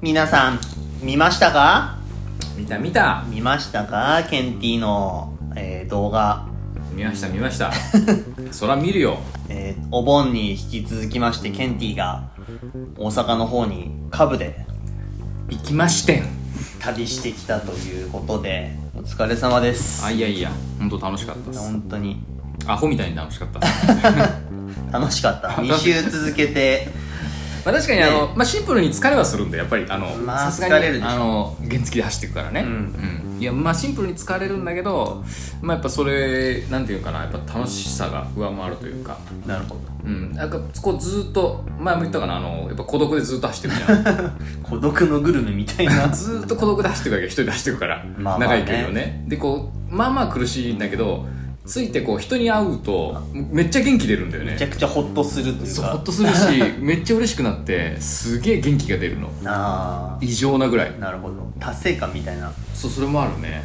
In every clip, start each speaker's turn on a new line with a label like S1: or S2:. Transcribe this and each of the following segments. S1: 皆さん、見ましたか
S2: 見た見た
S1: 見ましたかケンティの、えー動画。
S2: 見ました見ました そら見るよ
S1: えーお盆に引き続きまして、ケンティが大阪の方にカブで
S2: 行きましてん
S1: 旅してきたということで、お疲れ様です。
S2: あいやいや本当楽しかったっす
S1: 本当に
S2: アホみたいに楽しか ったっす
S1: 楽しかった。2週続けて、
S2: まあ確かにあの、まあ、シンプルに疲れはするんでやっぱりあの
S1: まあ
S2: さすがに
S1: 疲れるでしょ
S2: あの原付で走っていくからね、
S1: うん
S2: うんいやまあシンプルに疲れるんだけど、まあ、やっぱそれなんていうかなやっぱ楽しさが上回るというか
S1: なるほど。
S2: うん、なんかこうずっと前も言ったかなあのやっぱ孤独でずっと走ってるじゃん
S1: 孤独のグルメみたい な。
S2: ずっと孤独で走ってるわけ一人で走ってるから、
S1: まあまあね
S2: 長い距離をねでこうまあまあ苦しいんだけどついてこう人に会うとめっちゃ元気出るんだよ
S1: めちゃ
S2: ね
S1: くちゃホッとするという
S2: そうほ
S1: か。
S2: っとするし めっちゃ嬉しくなってすげえ元気が出るの
S1: なあ
S2: 異常なぐらい
S1: なるほど。達成感みたいな。
S2: そうそれもあるね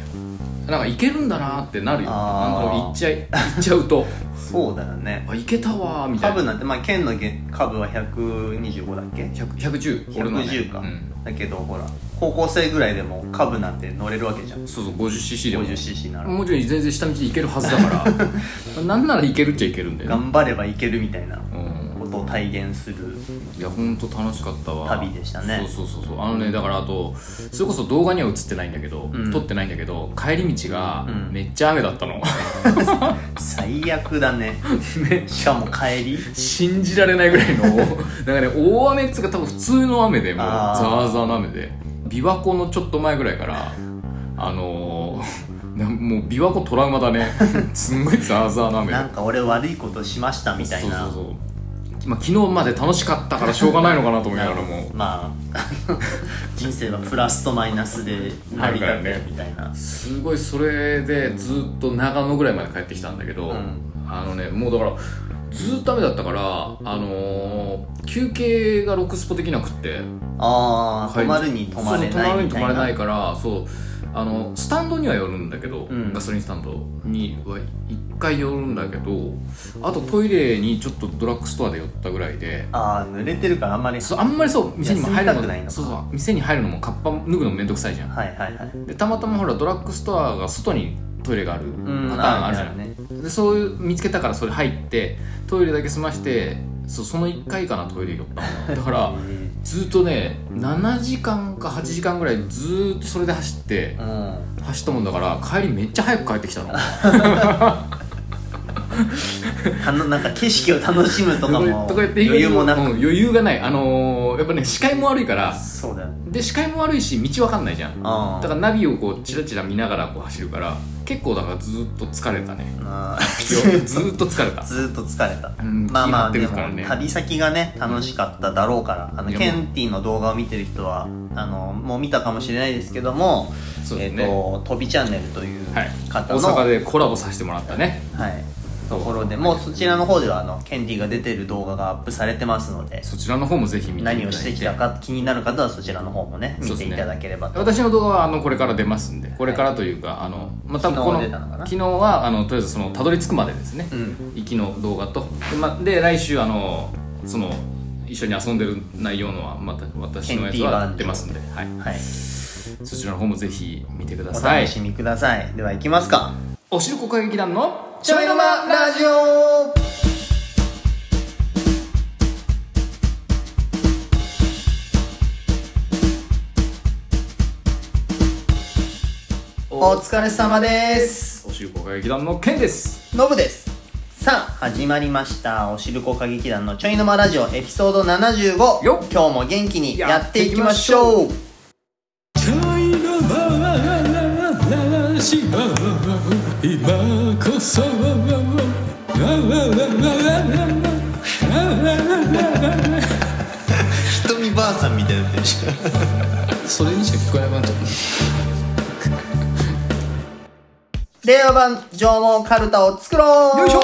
S2: なんかいけるんだなってなるよなん
S1: あー
S2: か行っちゃい行っちゃう と
S1: そうだよね。
S2: あいけたわーみた
S1: カ
S2: い
S1: ブ
S2: な
S1: なんて、まあ、県のげ株は125だっけ
S2: 100 110俺のね
S1: 110か、
S2: うん
S1: だけどほら高校生ぐらいでもカブなんて乗れるわけじゃん
S2: そうそう 50cc でも
S1: 50cc なら、
S2: もちろん全然下道で行けるはずだから なんなら行けるっちゃ行けるんだよね、
S1: 頑張ればいけるみたいな
S2: う
S1: こ
S2: ん、
S1: とを体現する
S2: いや本当楽しかったわ
S1: 旅でしたね
S2: そうそうそうそうあのねだからあとそれこそ動画には映ってないんだけど、
S1: うん
S2: 撮ってないんだけど帰り道が
S1: うん
S2: めっちゃ雨だったの、
S1: 最悪だね しかも帰り
S2: 信じられないぐらいの なんかね大雨っつうか多分普通の雨でもうザ
S1: あー
S2: ーザーの雨で琵琶湖のちょっと前ぐらいからあのー、 なもう琵琶湖トラウマだね すんごいザーザーの雨で
S1: なんか俺悪いことしましたみたいな
S2: そうそうそう、まあ、昨日まで楽しかったからしょうがないのかなと思いながらも
S1: まあ 人生はプラスとマイナスで成り立ってるみたいな、
S2: すごいそれでずっと長野ぐらいまで帰ってきたんだけど、
S1: うん
S2: あのねもうだからずっと雨だったから、あのー休憩がロックスポできなくって
S1: ああ泊まるに泊まれ
S2: そうそう泊
S1: な
S2: ま
S1: い
S2: る
S1: み
S2: に泊
S1: た
S2: ま
S1: い
S2: れない
S1: な
S2: からそうあのスタンドには寄るんだけど、
S1: うん
S2: ガソリンスタンドには一回寄るんだけどあとトイレにちょっとドラッグストアで寄ったぐらいで
S1: ああ濡れてるからあんまり
S2: そうあんまりそう店にも入るの
S1: 休みたくないのか
S2: そうそう店に入るのもカッパ脱ぐのもめんどくさいじゃん
S1: はいはいはい
S2: でたまたまほらドラッグストアが外にトイレがあるパタ
S1: うん
S2: ーンがあるじゃん、
S1: ね
S2: でそういう見つけたからそれ入ってトイレだけ済ましてそうその1回かなトイレ寄ったのがだから ずっとね7時間か8時間ぐらいずっとそれで走って
S1: うん
S2: 走ったもんだから帰りめっちゃ早く帰ってきたの
S1: あのなんか景色を楽しむとかも
S2: とか言って
S1: 余裕もなく、
S2: うん余裕がないあのーやっぱね視界も悪いから
S1: そうだよね
S2: で視界も悪いし道わかんないじゃん
S1: あ
S2: だからナビをこうチラチラ見ながらこう走るから結構だからずーっと疲れ たね
S1: あ
S2: ずーっと疲れ た
S1: ずーっと疲れた、
S2: うん
S1: まあまあ
S2: 気
S1: で
S2: 張っ
S1: も
S2: てるからね
S1: 旅先がね楽しかっただろうからあの
S2: いや
S1: ケンティの動画を見てる人はあのもう見たかもしれないですけども
S2: そう
S1: えっ、
S2: ですね
S1: と「飛びチャンネル」という
S2: はい
S1: 方
S2: 大
S1: の、は
S2: 阪
S1: い
S2: でコラボさせてもらったね
S1: ところでもうそちらの方ではあのケンティが出てる動画がアップされてますので
S2: そちらの方もぜひ見ていただい
S1: 何をしてきたか気になる方はそちらの方もね
S2: そ
S1: 見
S2: うで
S1: て
S2: す
S1: い
S2: ね
S1: ただければと
S2: 私の動画はあのこれから出ますんでこれからというか、あのまあ多分この
S1: 昨日出たのかな
S2: 昨日はあのとりあえずそのたどり着くまでですね、
S1: うん
S2: 行きの動画とで,、まあ、で来週あのその一緒に遊んでる内容のはまた私のやつは出ますんで、はい、
S1: はい
S2: そちらの方もぜひ見てくだ
S1: お
S2: さい
S1: 楽しみください、では行きますか
S2: おしるこ歌劇団の
S1: ちょいの間ラジオお疲れ様です
S2: おしるこ歌劇団のケンです
S1: ノブですさあ始まりましたおしるこ歌劇団のちょいの間ラジオエピソード75
S2: よっ
S1: 今日も元気にやっていきましょう
S3: チャイナマララシマ今こそララララララ
S1: 瞳ばあさんみたいになってるし
S3: それにしか聞こえなくなっちゃった
S1: 令和版縄文カルタを作ろう
S2: よいしょ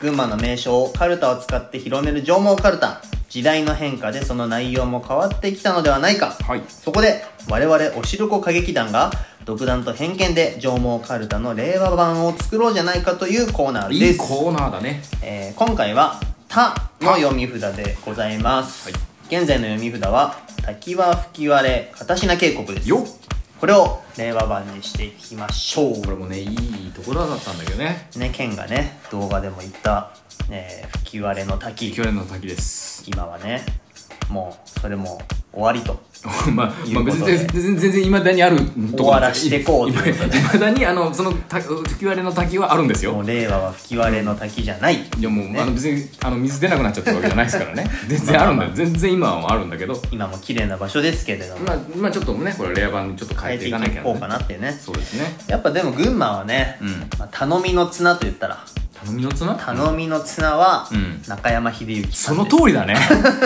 S1: 群馬の名所をカルタを使って広める縄文カルタ時代の変化でその内容も変わってきたのではないか、
S2: はい
S1: そこで我々おしるこ歌劇団が独断と偏見で縄文カルタの令和版を作ろうじゃないかというコーナー
S2: い
S1: で
S2: い
S1: す
S2: コーナーだね
S1: えー今回は「た」の読み札でございます、
S2: はい
S1: 現在の読み札は「滝は吹き割れ片品渓谷」です
S2: よっ
S1: これを令和版にしていきましょ
S2: これ
S1: う
S2: もねいいところだったんだけどね
S1: ねケンがね動画でも言った、えー吹き割れの滝
S2: 去年の滝です
S1: 今はねもうそれも終わりと
S2: まあ、
S1: い
S2: ま
S1: うこ
S2: あ、別
S1: とで
S2: に全然全然いまだにあるとこなんです
S1: 終わらしてこうということで
S2: いまだにあのそのた吹き割れの滝はあるんです
S1: も
S2: よ
S1: う令和は吹き割れの滝じゃない、
S2: いやもう、
S1: ね
S2: あの別にあの水出なくなっちゃってるわけじゃないで すからね全然あるんだよ全然今はあるんだけど
S1: 今も綺麗な場所ですけれども
S2: まあ、まあ、ちょっとねこれレア版にちょっと変
S1: 変え
S2: えて
S1: て
S2: い
S1: い
S2: かなきゃ、
S1: こうかなっていうね
S2: そうですね
S1: やっぱでも群馬はね、
S2: うん
S1: まあ、頼みの綱と言ったら
S2: 頼みの綱
S1: 頼みの綱は
S2: うん
S1: 中山秀征さ
S2: そ
S1: んで
S2: の
S1: す
S2: 通りだね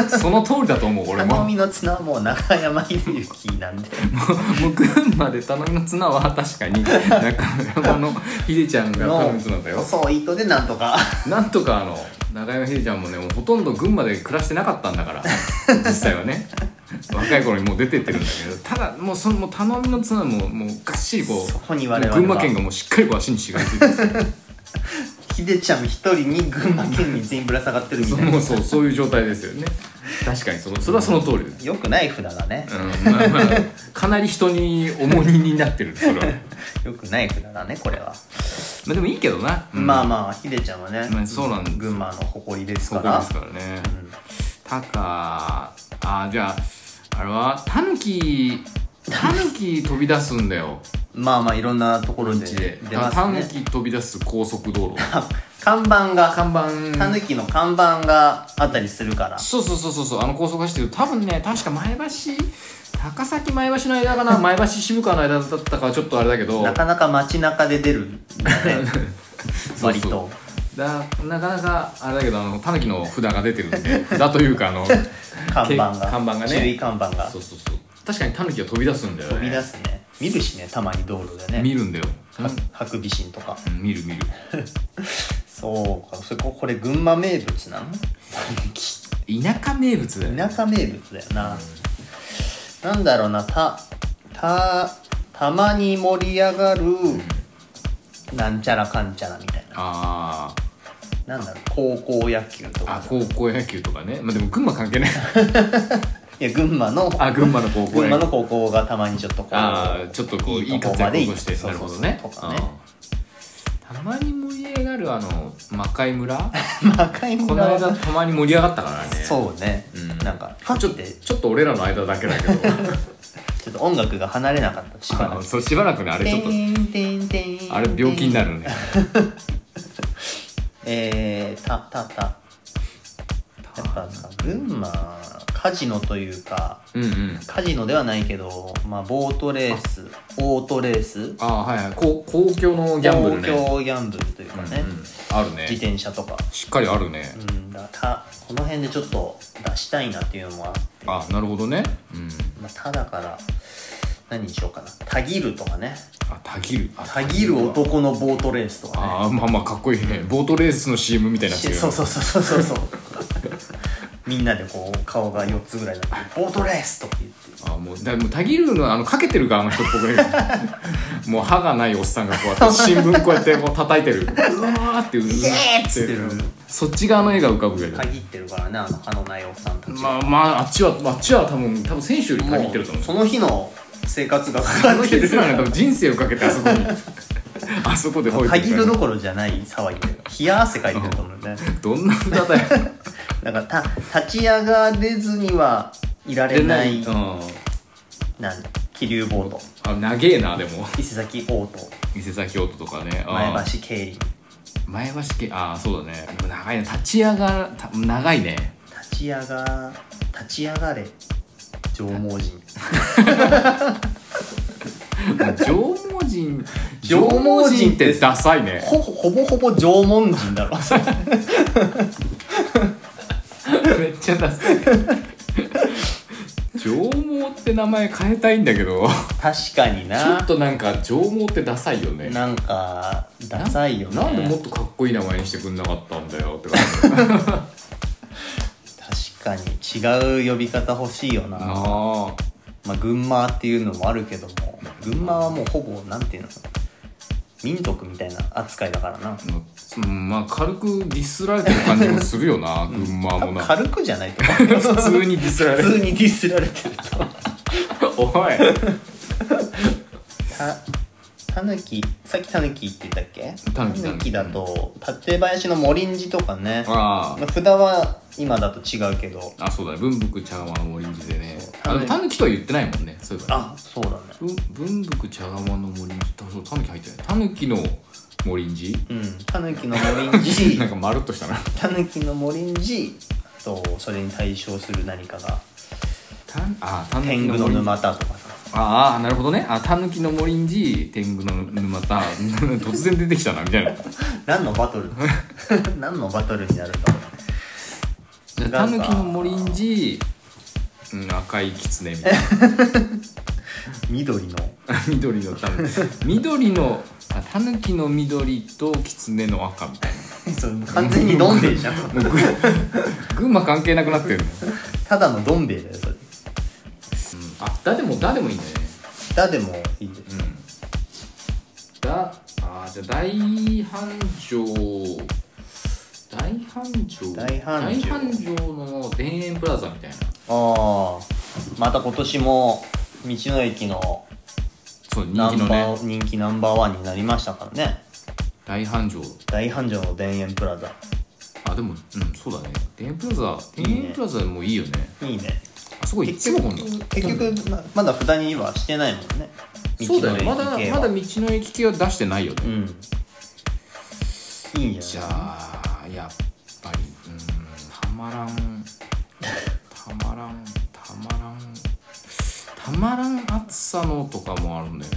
S2: その通りだと思う俺も
S1: 頼みの綱はもう中山秀征なんで
S2: もう群馬で頼みの綱は確かに中山のひでちゃんが頼みの綱だよ
S1: 細い糸でなんとか
S2: なんとかあの中山ひでちゃんもねもうほとんど群馬で暮らしてなかったんだから実際 はね若い頃にもう出てってるんだけどただもうそのもう頼みの綱ももうがっしりこう
S1: そこに
S2: もう
S1: 我々は
S2: 群馬県がもうしっかりこう足にしがみつ いてる
S1: 秀ちゃん一人に群馬県民全員ぶら下がってるみたい
S2: も
S1: な
S2: うそうそういう状態ですよね確かに そのそれはその通りです、
S1: よくない札だね
S2: うんまあまあ、かなり人に重荷になってるそれ は、
S1: よくない札だねこれは、
S2: まあ、でもいいけどな、うん
S1: まあまあ秀ちゃんはね、
S2: まあそうなんです
S1: 群馬の誇りです
S2: そ
S1: か
S2: うで
S1: ら
S2: すからねタカあじゃああれはタヌキタヌキ飛び出すんだよ
S1: まあまあいろんなところ
S2: う
S1: で
S2: ちで
S1: 出ます
S2: タヌ
S1: ね
S2: キ飛び出す高速道路
S1: 看板が
S2: 看板
S1: たぬきの看板があったりするから
S2: そうそうそうそうそうあの高速走ってる多分ね確か前橋高崎前橋の間かな前橋渋川の間だったかちょっとあれだけど
S1: なかなか街中で出るんだ ね
S2: そう
S1: 割
S2: そう
S1: と
S2: だなかなかあれだけどあのタヌキの札が出てるんで札というかあの
S1: 看板
S2: け
S1: が
S2: 看板がね
S1: 注意看板が
S2: そうそうそう確かにタヌキは飛び出すんだよね
S1: 飛び出すね見るしねたまに道路でね
S2: 見るんだよ、
S1: はハクビシンとか
S2: うん、見る見る
S1: そうかそれここれ群馬名物なん
S2: 田舎名物だよね
S1: 田舎名物だよな、なんだろうなたたたまに盛り上がるなんちゃらかんちゃらみたいな
S2: あー
S1: なんだろう高校野球とか
S2: あ高校野球とかねまあでも群馬関係ない
S1: いや群馬の
S2: あ群馬の高校
S1: 群馬の
S2: 野球
S1: 高校がたまにちょっとこう
S2: ああちょっとこういい活躍をして
S1: そ
S2: な
S1: う
S2: る
S1: そ
S2: ほ
S1: う
S2: ど
S1: そう
S2: ね
S1: とかね
S2: あーたまに盛り上がるあの魔界村
S1: 魔界
S2: こ
S1: 村
S2: の
S1: は
S2: 間たまに盛り上がったからね
S1: そうね、
S2: うん
S1: なんかパ
S2: ち
S1: ッ
S2: ょ
S1: て
S2: ちょっと俺らの間だけだ けど
S1: ちょっと音楽が離れなかったしば
S2: あ
S1: ら
S2: の
S1: く
S2: そうしばらくねあれちょっと
S1: てんてんてん
S2: あれ病気になるね
S1: えー、たたたやっぱさ群馬カジノというか
S2: うんうん
S1: カジノではないけど、まあ、ボートレースオートレース
S2: ああはいはいこう公共のギャンブルね
S1: 公共ギャンブルというかね、
S2: うんうんある
S1: 自
S2: ね
S1: 転車とか、
S2: しっかりあるね
S1: うん、だからたこの辺でちょっと出したいなっていうのもあって
S2: あなるほどねうん
S1: まあ、ただから何にしようかなたぎるとかね
S2: あたぎるあ
S1: たぎる男のボートレースとかね
S2: ああまあまあかっこいいねボートレースの CM みたいになってるよ
S1: そうそうそうそうそうそう みんなでこう顔が4つぐらいになって「ボートレース!」とか言って
S2: あもうだもうたぎるのあのかけてる側の人っぽくね もう歯がないおっさんがこうやって新聞こうやってこう叩いてるうわーってうず
S1: イエーイ
S2: っ
S1: っつってる
S2: そっち側の絵が浮かぶけど
S1: たぎってるからねあの歯のないおっさんたち
S2: まあまああっちはあっちは多分多分選手よりたぎってると思う
S1: その日の生活がか
S2: あ
S1: か
S2: の
S1: って
S2: 日
S1: る
S2: すらね多分人生をかけてあそこ にあそこで吠え
S1: た
S2: て
S1: ぎ
S2: る
S1: る
S2: か
S1: どころじゃない騒ぎで冷や汗かいてると思うね
S2: らどんな歌 だよ
S1: だからた立ち上がれずにはいられない
S2: うん
S1: なん気流ボート
S2: あ長えなでも
S1: 伊勢崎オート
S2: 伊勢崎京都とかねあー
S1: 前橋競輪
S2: 前橋系ああそうだねでも長いね立ち上がた長いね
S1: 立ち上が立ち上がれ縄文 人
S2: もう縄文 人
S1: 縄文人って
S2: ダサいね
S1: ほほぼほぼ縄文人だろ
S2: めっちゃダサい縄毛って名前変えたいんだけど
S1: 確かに
S2: ちょ
S1: な
S2: っとなんか縄毛ってダサいよね
S1: なんかダサいよね
S2: なんでもっとかっこいい名前にしてくんなかったんだよって感じ
S1: 確かに違う呼び方欲しいよな
S2: あ
S1: まあ群馬っていうのもあるけども群馬はもうほぼなんていうの民族みたいな扱いだからな
S2: うんまあ軽くディスられてる感じもするよな群馬
S1: 多
S2: も
S1: 分
S2: な
S1: 軽くじゃないと思う
S2: 普通にディスられ
S1: 普
S2: てる
S1: 通にディスられてると思う
S2: おい
S1: たたぬきさっきたぬきって言ったっけ
S2: たぬき
S1: だと館林の森んじとかね
S2: あ
S1: まあ札は今だと違うけど
S2: ああそうだね文福茶釜の森んじでね
S1: そう
S2: あのタヌキとは言ってないもんねそういえばね
S1: あそうだね
S2: ぶ文福茶釜の森んじたそうタヌキ入ってないタヌキの森んじ
S1: うんたぬきの森んじ
S2: なんかまるっとしたな
S1: たぬきの森んじとそれに対象する何かが
S2: たんあタヌキ
S1: 天狗の
S2: 森んじ
S1: 沼田とかさ
S2: ああなるほどねあタヌキの森んじ天狗の沼田 突然出てきたなみたいな
S1: 何のバ トル何のバトルになるんだろ
S2: じゃあタヌキの森んじ、うん、赤いキツネみたいな
S1: う緑の
S2: 緑のタヌキ緑のあタヌキの緑とキツネの赤みたい
S1: そう完全にどん兵衛じゃ ん
S2: なもうぐ 群馬関係なくなってるね、
S1: ただのどん兵衛だよそれ
S2: うん、あだでもだでもいいんだよね
S1: だでもいいです
S2: うんだあーじゃあ大繁盛大繁盛
S1: 大繁盛
S2: 大繁盛の田園プラザみたいな
S1: ああまた今年も道の駅の
S2: そう人
S1: ナ
S2: 気
S1: ン
S2: の
S1: バ
S2: ね
S1: ー、人気ナンバーワンになりましたからね
S2: 大繁盛
S1: 大繁盛の田園プラザ
S2: あでもうんそうだね田園プラザ
S1: いい
S2: 田
S1: ね
S2: 園プラザでもいいよね
S1: いいね
S2: あそこ行っても今度
S1: 結局ままだ札にはしてないもんね
S2: そうだよね
S1: 道
S2: ま
S1: の
S2: だま
S1: 駅系
S2: だ
S1: は
S2: 道の駅系は出してないよね、
S1: うんいいん
S2: じ
S1: じ
S2: ゃ
S1: ゃ
S2: あやっぱりうんたまらんたまらんたまらんたまらん暑さのとかもあるんだよ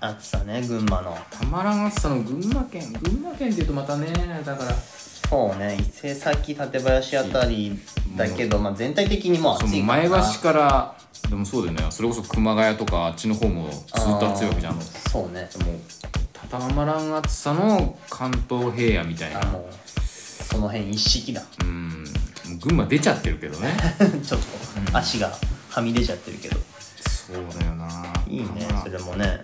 S2: な
S1: ない暑さね群馬の
S2: たまらん暑さの群馬県群馬県っていうとまたねだから
S1: そうね伊勢崎館林あたりだけど、まあ、全体的にもう
S2: そ
S1: 暑
S2: の
S1: いから
S2: 前橋
S1: な
S2: からでもそうだよねそれこそ熊谷とかあっちの方もずっと暑いわけじゃん
S1: あ
S2: もう
S1: ーそうね
S2: たまらん暑さの関東平野みたいな
S1: あのその辺一式だ
S2: うんもう群馬出ちゃってるけど ね
S1: ちょっと足がはみ出ちゃってるけど
S2: そうだよない
S1: いね
S2: たまらん
S1: それもね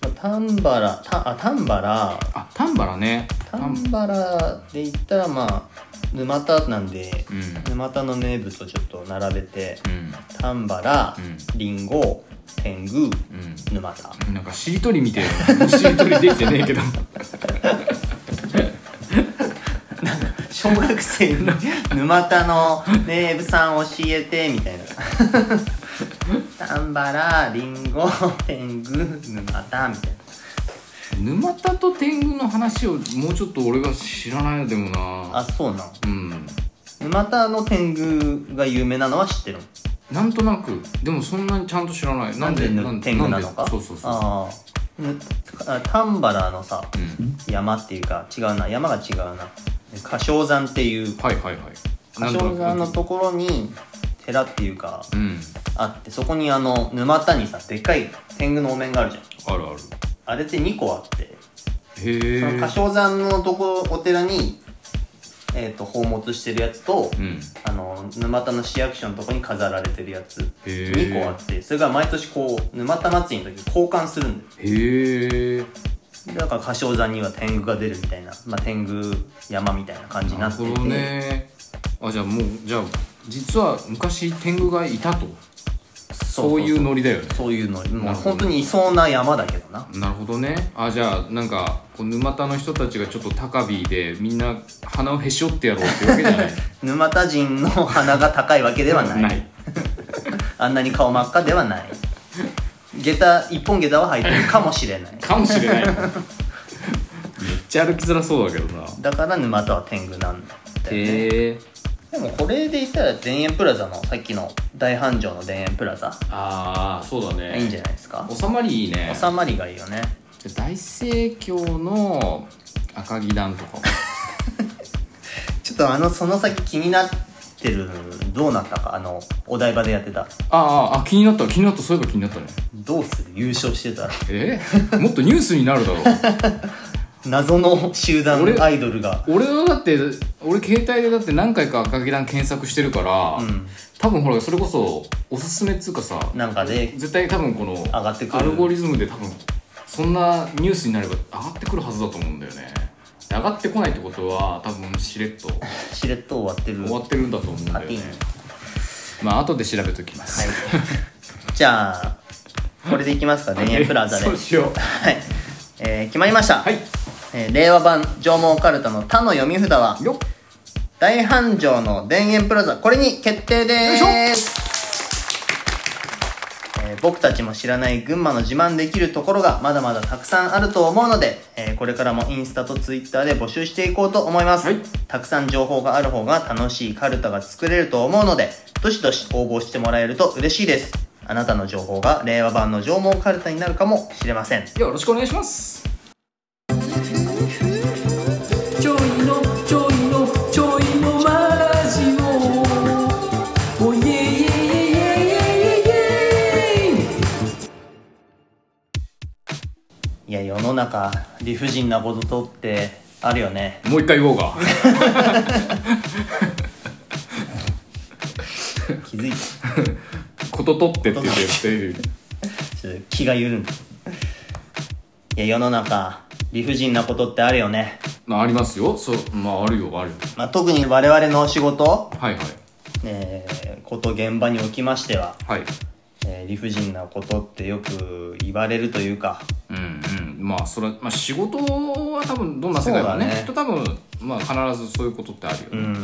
S1: まあ丹原たあ丹原
S2: あ丹原ね
S1: 丹原で言ったらまあ沼田なんで、
S2: うん
S1: 沼田の名物をちょっと並べて
S2: うん
S1: 丹原
S2: うん
S1: りんご天狗
S2: う
S1: 沼田
S2: んなんかしりとりみたいなしりとりできてねえけ ど
S1: 小学生 に沼田の名物さん教えてみた いな丹原りんご天狗沼田みたいな
S2: 沼田と天狗の話をもうちょっと俺が知らないのでもな
S1: あそうなの
S2: うん
S1: 沼田の天狗が有名なのは知ってるの
S2: なんとなくでもそんなにちゃんと知らないな
S1: なんんで
S2: で
S1: ぬ
S2: なん
S1: 天狗なの
S2: ん
S1: か
S2: でそうそうそう
S1: ああぬあ丹原のさ、
S2: うん
S1: 山っていうか違うな山が違うな歌唱山っていう
S2: はいはいはい
S1: 歌
S2: なんと
S1: 唱
S2: な
S1: 山
S2: く
S1: のところに寺っていうか
S2: うん
S1: あってそこにあの沼田にさでっかい天狗のお面があるじゃん
S2: あるある
S1: あれって2個あって
S2: へえ
S1: その歌唱山のとこお寺に、えー、と宝物してるやつと、
S2: うん
S1: あの沼田の市役所のとこに飾られてるやつ
S2: へー
S1: 2個あってそれが毎年こう沼田祭りの時交換するんだよ
S2: へえ
S1: だから歌唱山には天狗が出るみたいな、まあ、天狗山みたいな感じに
S2: な
S1: な
S2: る
S1: って
S2: ほ
S1: て
S2: どねあじゃあもうじゃあ実は昔天狗がいたとそういうノリだよね
S1: そういうのも
S2: な
S1: う
S2: るほど
S1: 本当にいそうな山だけどな
S2: なるほどねあじゃあなんかこう沼田の人たちがちょっと高火でみんな鼻をへし折ってやろうってわけじゃない
S1: 沼田人の鼻が高いわけ では ないあんなに顔真っ赤ではない下駄一本下駄は入ってるかもしれない
S2: かもしれないめっちゃ歩きづらそうだけどな
S1: だから沼田は天狗なんだよね、
S2: へえ
S1: でもこれで言ったら田園プラザのさっきの大繁盛の田園プラザ
S2: ああそうだね
S1: いいんじゃないですか
S2: 収まりいいね
S1: 収まりがいいよね
S2: じゃあ大盛況の赤木団とかも
S1: ちょっとあのその先気になってるどうなったかあのお台場でやってた
S2: あああ気になった気になったそういえば気になったね
S1: どうする優勝してたら
S2: えもっとニュースになるだろう
S1: 謎の集団
S2: 俺
S1: アイドルが
S2: 俺はだって俺携帯でだって何回か赤木団検索してるから、
S1: ん
S2: 多分ほらそれこそおすすめっつうかさ
S1: なんかで
S2: 絶対多分この
S1: 上がってくる
S2: アルゴリズムで多分そんなニュースになれば上がってくるはずだと思うんだよね上がってこないってことは多分しれっと
S1: しれっと終わってる
S2: 終わってるんだと思うんだよねまあ後で調べときます、
S1: じゃあこれでいきますかねプラザで
S2: そうしよ
S1: はい、えー決まりました、
S2: うはい
S1: えー令和版縄文オカルタの他の読み札は
S2: よっ
S1: 大繁盛の田園プラザこれに決定で
S2: よい
S1: すえー僕たちも知らない群馬の自慢できるところがまだまだたくさんあると思うので、えーこれからもインスタとツイッターで募集していこうと思います、
S2: はい
S1: たくさん情報がある方が楽しいカルタが作れると思うのでどしどし応募してもらえると嬉しいですあなたの情報が令和版の縄文カルタになるかもしれません
S2: よろしくお願いします
S4: ちょいのちょいのちょいのマラジオおいえいえいえいえいえいえい
S1: いや世の中理不尽なことってあるよね
S2: もう一回言おうが
S1: 気づいた
S2: こととってって言ってる
S1: ちょっと気が緩むいや世の中理不尽なことってあるよね、
S2: まあありますよそうまああるよあるよ
S1: まあ、特に我々の仕事、
S2: はいはい
S1: えーこと現場におきましては、
S2: はい
S1: えー理不尽なことってよく言われるというか
S2: うんうんまあそれは、まあ、仕事は多分どんな世界
S1: そ
S2: もね
S1: うだね
S2: きっと多分まあ必ずそういうことってあるよね、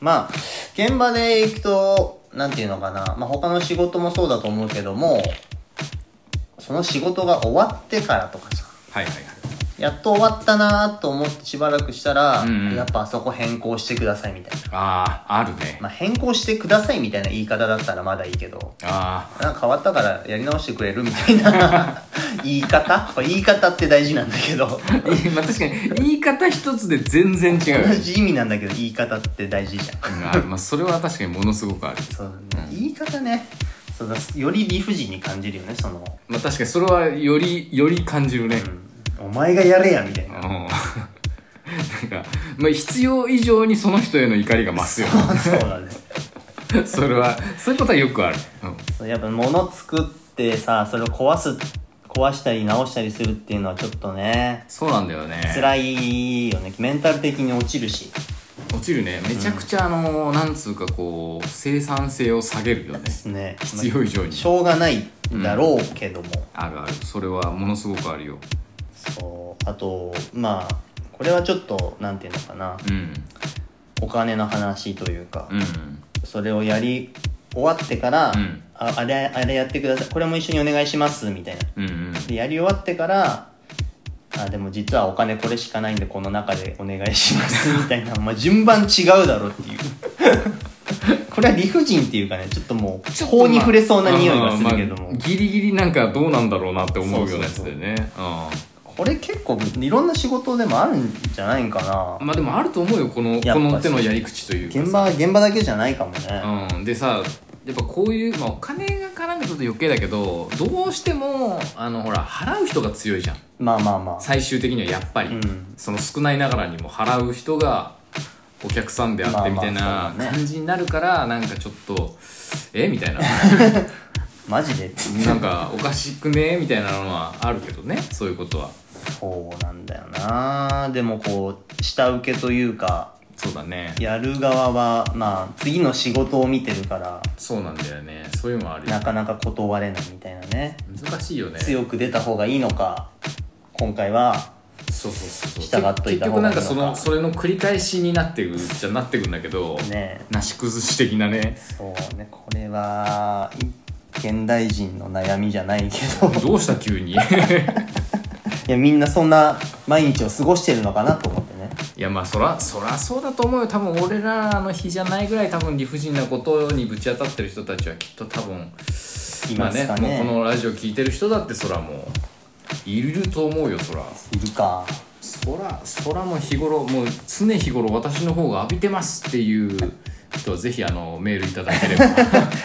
S1: まあ現場で行くとなんていうのかな、まあ、他の仕事もそうだと思うけどもその仕事が終わってからとかさ
S2: はいはいはい
S1: やっと終わったなと思ってしばらくしたら、
S2: うんうん
S1: やっぱあそこ変更してくださいみたいな
S2: あああるね、
S1: まあ、変更してくださいみたいな言い方だったらまだいいけど、
S2: あ
S1: なんか変わったからやり直してくれるみたい な言い方これ言い方って大事なんだけど、
S2: あ まあ確かに言い方一つで全然違う
S1: 同じ意味なんだけど言い方って大事じゃん。
S2: うんあるまあそれは確かにものすごくある
S1: そう言い方ねそうだ、より理不尽に感じるよね、その、
S2: まあ確かにそれはよりより感じるね、
S1: お前がやれやみたい
S2: うん、
S1: な。
S2: なんか、まあ、必要以上にその人への怒りが増すよね
S1: そうだね。
S2: それはそういうことはよくある、うん
S1: そうやっぱ物作ってさ、それを壊す、壊したり直したりするっていうのはちょっとね、
S2: そうなんだよね
S1: 辛いよね。メンタル的に落ちるし。
S2: 落ちるねめちゃくちゃあの、なんつうかこう生産性を下げるよね
S1: ね。
S2: 必要以上に
S1: しょうがないだろうけども、
S2: あるあるそれはものすごくあるよ
S1: そうあとまあこれはちょっとなんていうのかな
S2: うん
S1: お金の話というか、
S2: うん
S1: それをやり終わってから、
S2: うん
S1: ああれあれやってくださいこれも一緒にお願いしますみたいな
S2: うんうん
S1: でやり終わってからあでも実はお金これしかないんでこの中でお願いしますみた いなまあ順番違うだろうっていう これは理不尽っていうかねちょっともう法に触れそうな匂いがするけども、
S2: まあまあギリギリなんかどうなんだろうなって思うようなやつでね
S1: これ結構いろんな仕事でもあるんじゃないんかな
S2: うんまあでもあると思うよこの
S1: やっぱ
S2: この手のやり口というかさ
S1: 現場は現場だけじゃないかもね、
S2: うん、でさやっぱこういう、まあ、お金が絡んでちょっと余計だけどどうしてもあのほら払う人が強いじゃん
S1: まあまあまあ
S2: 最終的にはやっぱり、
S1: うん
S2: その少ないながらにも払う人がお客さんであってみたい
S1: まあまあ
S2: な
S1: そうだね
S2: 感じになるからなんかちょっとえみ たいな
S1: マジでって
S2: なんかおかしくねみたいなのはあるけどねそういうことは
S1: そうなんだよなでもこう下請けというか
S2: そうだね
S1: やる側はまあ次の仕事を見てるから
S2: そうなんだよねそういうのもあるよ
S1: なかなか断れないみたいなね
S2: 難しいよね
S1: 強く出た方がいいのか今回は
S2: そうそうそう
S1: 従っとい
S2: 結
S1: た方が
S2: 局ない
S1: い
S2: ん
S1: のか
S2: かそのそれの繰り返しになってくじゃなってくんだけど、
S1: ね
S2: なし崩し的なね
S1: そうねこれは現代人の悩みじゃないけどい
S2: どうした急にい
S1: やみんなそんな毎日を過ごしてるのかなと思ってね
S2: やまあそらそらそうだと思うよ多分俺らの日じゃないぐらい多分理不尽なことにぶち当たってる人たちはきっと多分
S1: い
S2: 今
S1: ます
S2: ね
S1: か
S2: もう
S1: ね
S2: このラジオ聞いてる人だってそらもういると思うよそら
S1: いるか
S2: そらそらもう日頃もう常日頃私の方が浴びてますっていう人はぜひあのメールいただければ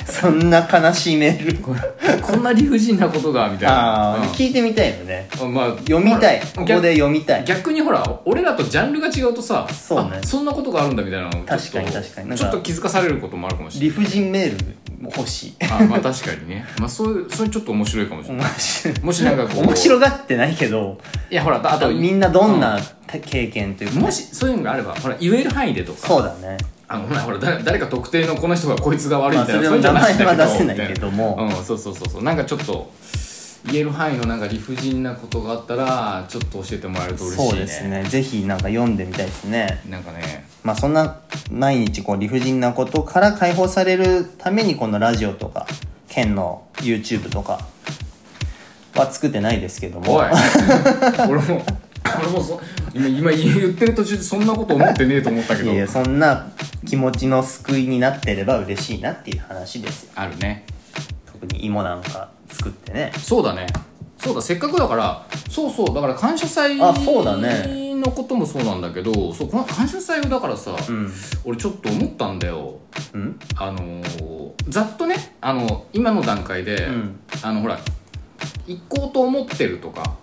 S1: そんな悲しいメール
S2: こ こんな理不尽なことがみたいな
S1: ああ、聞いてみたいよね
S2: うんまあ、
S1: 読みたい
S2: ほ
S1: こ
S2: ら
S1: こで読みたい
S2: 逆にほら俺らとジャンルが違うとさ
S1: そうね
S2: あそんなことがあるんだみたいなのをちょっと
S1: 確かに確かになん
S2: ち
S1: か
S2: ょっと気づかされることもあるかもしれ
S1: 理不尽メール欲 しい
S2: ないあまあ確かにね、まあ、そういうそれちょっと面白いかもしれない
S1: 面白い
S2: もしなんかこう
S1: 面白がってないけど
S2: いやほらあと
S1: みんなどんな経験というか
S2: もしそういうのがあればほら言える範囲でとか
S1: そうだね
S2: あのほらほらだ誰か特定のこの人がこいつが悪いみたいな、
S1: まあ
S2: そういうのじゃ
S1: それは名前は
S2: んだ
S1: 出せないけども
S2: みたいなうん、そうそうそうそうなんかちょっと言える範囲のなんか理不尽なことがあったらちょっと教えてもらえると嬉しいね
S1: そうですねぜひなんか読んでみたいですね
S2: なんかね
S1: まあそんな毎日こう理不尽なことから解放されるためにこのラジオとか県の YouTube とかは作ってないですけども
S2: おい 俺も俺もそ今今言ってる途中でそんなこと思ってねえと思ったけ
S1: い
S2: ど
S1: やいやそんな気持ちの救いになってれば嬉しいなっていう話ですよ
S2: あるね
S1: 特に芋なんか作ってね
S2: そうだねそうだせっかくだからそうそうだから感謝祭
S1: あそうだね
S2: のこともそうなんだけどそうこの感謝祭をだからさ、
S1: うん
S2: 俺ちょっと思ったんだよ
S1: うん
S2: あのーざっとねあの今の段階で、
S1: うん
S2: あのほら行こうと思ってるとか、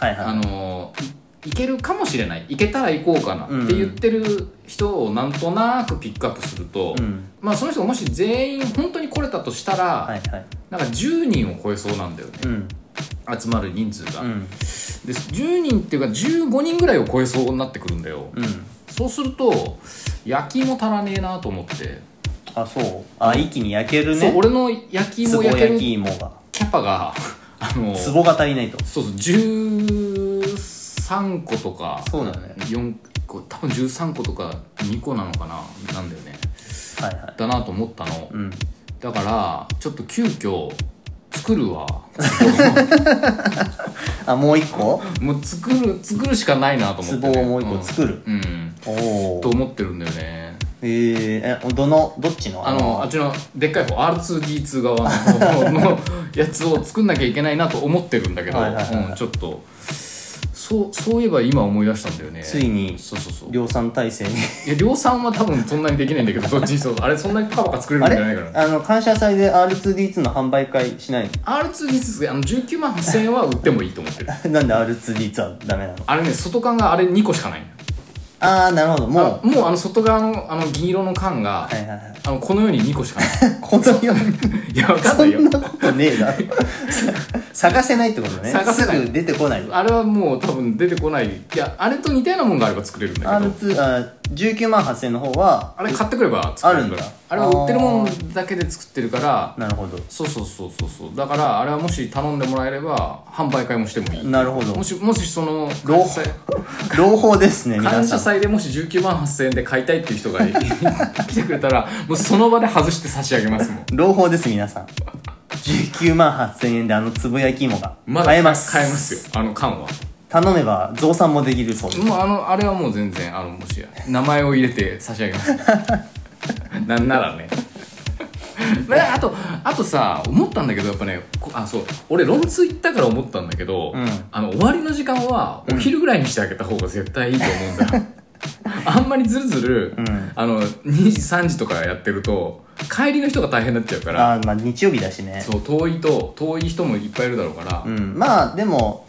S1: はいはい
S2: あのーい行けるかもしれない行けたら行こうかな
S1: うん
S2: って言ってる人をなんとなくピックアップすると、
S1: うん
S2: まあその人がもし全員本当に来れたとしたら、
S1: はいはい
S2: なんか10人を超えそうなんだよね
S1: うん
S2: 集まる人数が、
S1: うん
S2: で10人っていうか15人ぐらいを超えそうになってくるんだよ、
S1: うん
S2: そうすると焼きも足らねえなと思って、
S1: あそうあ一気に焼けるね
S2: そう俺の焼き
S1: 壺
S2: 芋焼け
S1: 焼
S2: る
S1: き芋が
S2: キャパがあの
S1: 壺が足りないと
S2: そうそう13個とか
S1: そうだね
S2: 4個多分13個とか2個なのかななんだよね
S1: はいはい
S2: だなと思ったの、
S1: うん
S2: だからちょっと急遽作るわ
S1: あもう一個
S2: もう作る作るしかないなと思って、
S1: 壺をもう一個作る
S2: うん、うん
S1: お
S2: と
S1: お
S2: 思ってるんだよね
S1: えー、えどのどっちの
S2: あのあっちのでっかい方 R2D2 側ののやつを作んなきゃいけないなと思ってるんだけど、
S1: はいはいはいはい
S2: うん、ちょっとそうそういえば今思い出したんだよね
S1: ついに
S2: そうそうそう
S1: 量産体制に
S2: いや量産は多分そんなにできないんだけどどっちにしてもあれそんなにパカパカ作れる
S1: あ
S2: んじ
S1: れ
S2: ゃないから
S1: あの感謝祭で R2D2 の販売会しない
S2: R2D2 あの19万8000円は売ってもいいと思ってる
S1: なんで R2D2 はダメなの
S2: あれね外缶があれ2個しかないの
S1: ああなるほどもう
S2: あもうあの外側のあの銀色の缶が、
S1: はいはいはい
S2: あのこのように2個しかない
S1: このように
S2: いやわかん
S1: そ
S2: ないよ
S1: んなことね えだろ探せないってことね
S2: 探せない
S1: すぐ出てこないわ
S2: あれはもう多分出てこないいやあれと似たようなもんがあれば作れるんだけど
S1: R2 あ19万8000の方は
S2: あれ買ってくれば作れるから
S1: あるんだ
S2: あれは売ってるもんだけで作ってるから
S1: なるほど
S2: そうそうそうそうそうだからあれはもし頼んでもらえれば販売会もしてもいい
S1: なるほど
S2: もしもしその
S1: 朗
S2: 感謝祭
S1: 朗報ですね皆
S2: 感謝
S1: さん
S2: 祭でもし19万8000円で買いたいっていう人が 来てくれたらもうその場で外して差し上げますもん
S1: 朗報です皆さん19万8000円であのつぶやき芋が
S2: まだ
S1: 買えます
S2: 買えますよあの缶は
S1: 頼めば増産もできるそうです
S2: もうあのあれはもう全然あのもしや名前を入れて差し上げます なんならねまああとあとさ思ったんだけどやっぱねこあそう俺ロンツ行ったから思ったんだけど、
S1: うん
S2: あの終わりの時間はお昼ぐらいにしてあげた方が絶対いいと思うん だよあんまりずるずる、
S1: ん
S2: あの2時3時とかやってると帰りの人が大変になっちゃうから
S1: あーまあ日曜日だしね
S2: そう遠いと遠い人もいっぱいいるだろうから、
S1: うんまあでも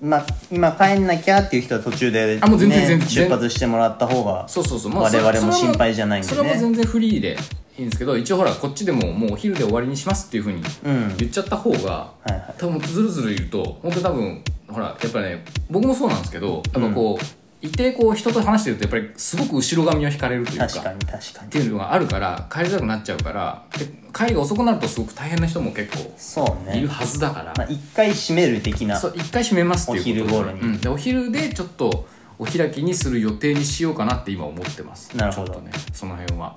S1: まあ今帰んなきゃっていう人は途中で、ね、
S2: あもう全然全然
S1: 出発してもらった方が
S2: そうそうそう、
S1: 我々も
S2: それは
S1: 心配じゃないんでね
S2: それはもう全然フリーでいいんですけど一応ほらこっちでももうお昼で終わりにしますっていうふうに
S1: うん
S2: 言っちゃった方が、
S1: いはい
S2: 多分ずるずるいると本当に多分ほらやっぱね僕もそうなんですけどやっぱこう、いてこう人と話してるとやっぱりすごく後ろ髪を引かれるというか
S1: 確かに確か
S2: っ
S1: に
S2: ていうのがあるから帰りづらくなっちゃうからで帰りが遅くなるとすごく大変な人も結構
S1: そう
S2: いる
S1: ね
S2: はずだから、
S1: まあ、一回閉める的な
S2: そう一回閉めますっていうこと
S1: お昼頃に
S2: うんでお昼でちょっとお開きにする予定にしようかなって今思ってます
S1: なるほど
S2: ちょっとねその辺は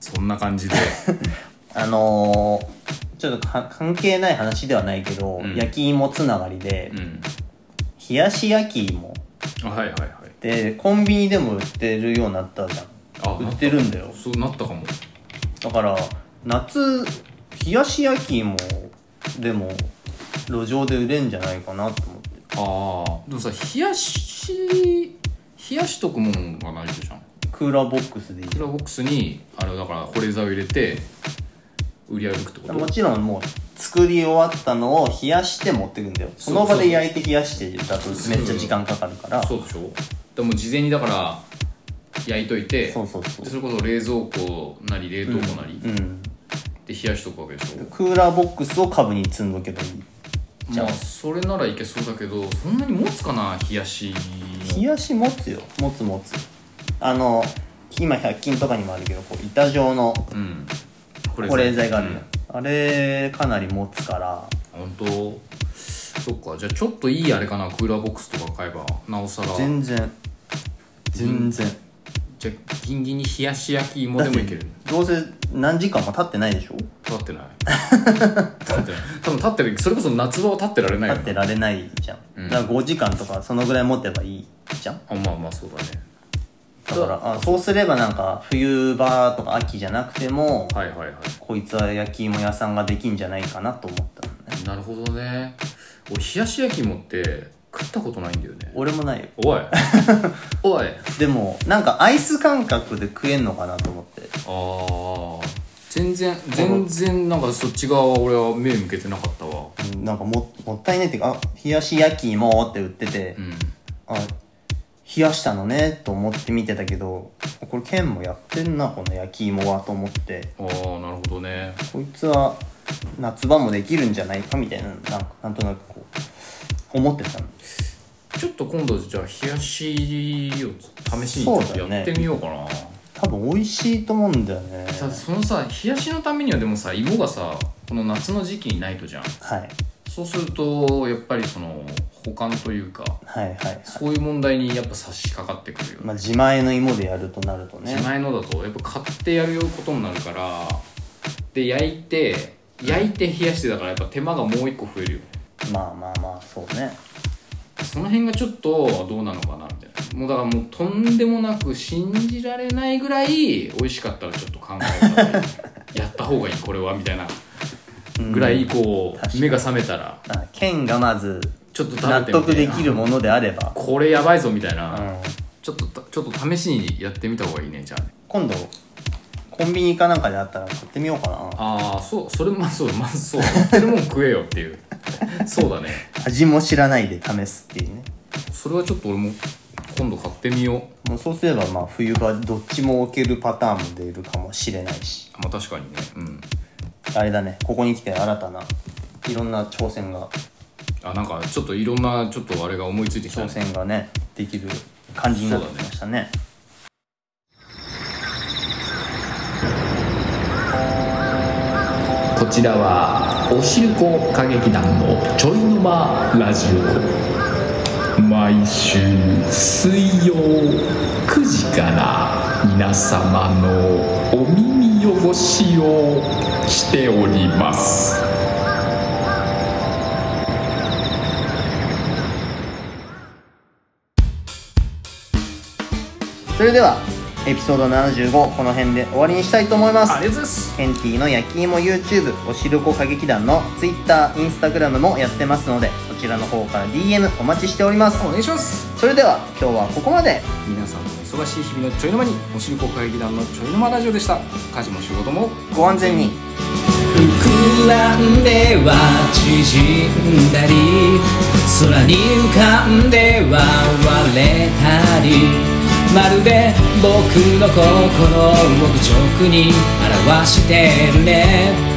S2: そんな 感じで
S1: あのーちょっとか関係ない話ではないけど、
S2: うん
S1: 焼き芋つながりで、
S2: うん
S1: 冷やし焼き芋
S2: あはいはいはい
S1: でコンビニでも売ってるようになったじゃん
S2: あ
S1: 売ってるんだよ
S2: そうなったかも
S1: だから夏冷やし焼き芋でも路上で売れんじゃないかなと思って
S2: ああでもさ冷やし冷やしとくもんがないじゃん
S1: クーラーボックスでいい
S2: クーラーボックスにあれだから保冷剤を入れて売り歩くってこと
S1: もちろんもう作り終わったのを冷やして持ってくんだよそ
S2: そう
S1: の場で焼いて冷やしてだとめっちゃ時間かかるから
S2: そうでしょでも事前にだから焼いといて
S1: そうそうそう
S2: でそれこそ冷蔵庫なり冷凍庫なり、
S1: う
S2: で
S1: ん
S2: 冷やしとくわけでしょ
S1: クーラーボックスを株に積んどけばいいじゃあ
S2: まあそれならいけそうだけどそんなに持つかな冷やしの
S1: 冷やし持つよ持つ持つあの今100均とかにもあるけどこう板状の
S2: うんこ
S1: 保冷剤がある
S2: う
S1: の
S2: ん
S1: よ、あれかなり持つから
S2: 本当そっかじゃあちょっといいあれかなクーラーボックスとか買えばなおさら
S1: 全然全然
S2: じゃあギンギンに冷やし焼き芋でもいける
S1: どうせ何時間も経ってないでしょ
S2: 立ってない 立ってない多分立ってるそれこそ夏場は立ってられないよ
S1: 立
S2: ね
S1: ってられないじゃん、
S2: うん
S1: だから5時間とかそのぐらい持てばいいじゃん
S2: あまあまあそうだね
S1: だからあそうすればなんか冬場とか秋じゃなくても、
S2: はいはいはい
S1: こいつは焼き芋屋さんができんじゃないかなと思ったのね
S2: なるほどね俺冷やし焼き芋って食ったことないんだよね
S1: 俺もないよ
S2: おいおい
S1: でもなんかアイス感覚で食えんのかなと思って
S2: ああ全然全然なんかそっち側は俺は目向けてなかったわ
S1: うんなんかももったいないっていうかあ冷やし焼き芋って売ってて、
S2: うん
S1: あ冷やしたのねと思って見てたけどこれ県もやってんなこの焼き芋はと思って
S2: ああなるほどね
S1: こいつは夏場もできるんじゃないかみたいななんかなんとなくこう思ってたの
S2: ちょっと今度じゃあ冷やしを試しにち
S1: そ
S2: ょ
S1: う
S2: っ
S1: だよ
S2: と
S1: ね
S2: やってみようかな
S1: 多分美味しいと思うんだよね
S2: ただそのさ冷やしのためにはでもさ芋がさこの夏の時期にないとじゃん
S1: はい
S2: そうするとやっぱりその保管というか
S1: はいはいはい
S2: そういう問題にやっぱ差し掛かってくるよね
S1: まあ、自前の芋でやるとなるとね
S2: 自前のだとやっぱ買ってやることになるからで焼いて焼いて冷やしてだからやっぱ手間がもう一個増えるよね
S1: まあまあまあそうね
S2: その辺がちょっとどうなのかなみたいなもうだからもうとんでもなく信じられないぐらい美味しかったらちょっと考えた方がいいやった方がいいこれはみたいなぐらいこ
S1: 確か
S2: う
S1: に
S2: 目が覚めたら
S1: あ県がまず
S2: ちょっと食べてみて
S1: 納得できるものであれば、
S2: これやばいぞみたいうな、
S1: ん、
S2: ちょっとたちょっと試しにやってみた方がいいねじゃあね
S1: 今度コンビニかなんかであったら買ってみようかな
S2: ああそうそれまあそうまずそう売ってるもん食えよっていうそうだね
S1: 味も知らないで試すっていうね
S2: それはちょっと俺も今度買ってみよう
S1: もうそうすればまあ冬場どっちも置けるパターンも出るかもしれないし
S2: まあ確かにねうん
S1: あれだねここに来て新たないろんな挑戦が
S2: あなんかちょっといろんなちょっとあれが思いついてきた
S1: 挑
S2: ね
S1: 戦がねできる感じになってきましたね
S3: こちらはおしるこ歌劇団のちょいの間ラジオ毎週水曜9時から皆様のお耳汚しをしております
S1: それではエピソード75この辺で終わりにしたいと思います
S2: ありがとうございます
S1: ケンティの焼き芋 YouTube おしるこ歌劇団の Twitter、Instagram もやってますのでそちらの方から DM お待ちしております
S2: お願いします
S1: それでは今日はここまで
S2: 皆さんの忙しい日々のちょいの間におしるこ歌劇団のちょいの間ラジオでした家事も仕事も
S1: ご安全に
S4: 膨らんでは縮んだり空に浮かんでは割れたりまるで僕の心を直に表してるね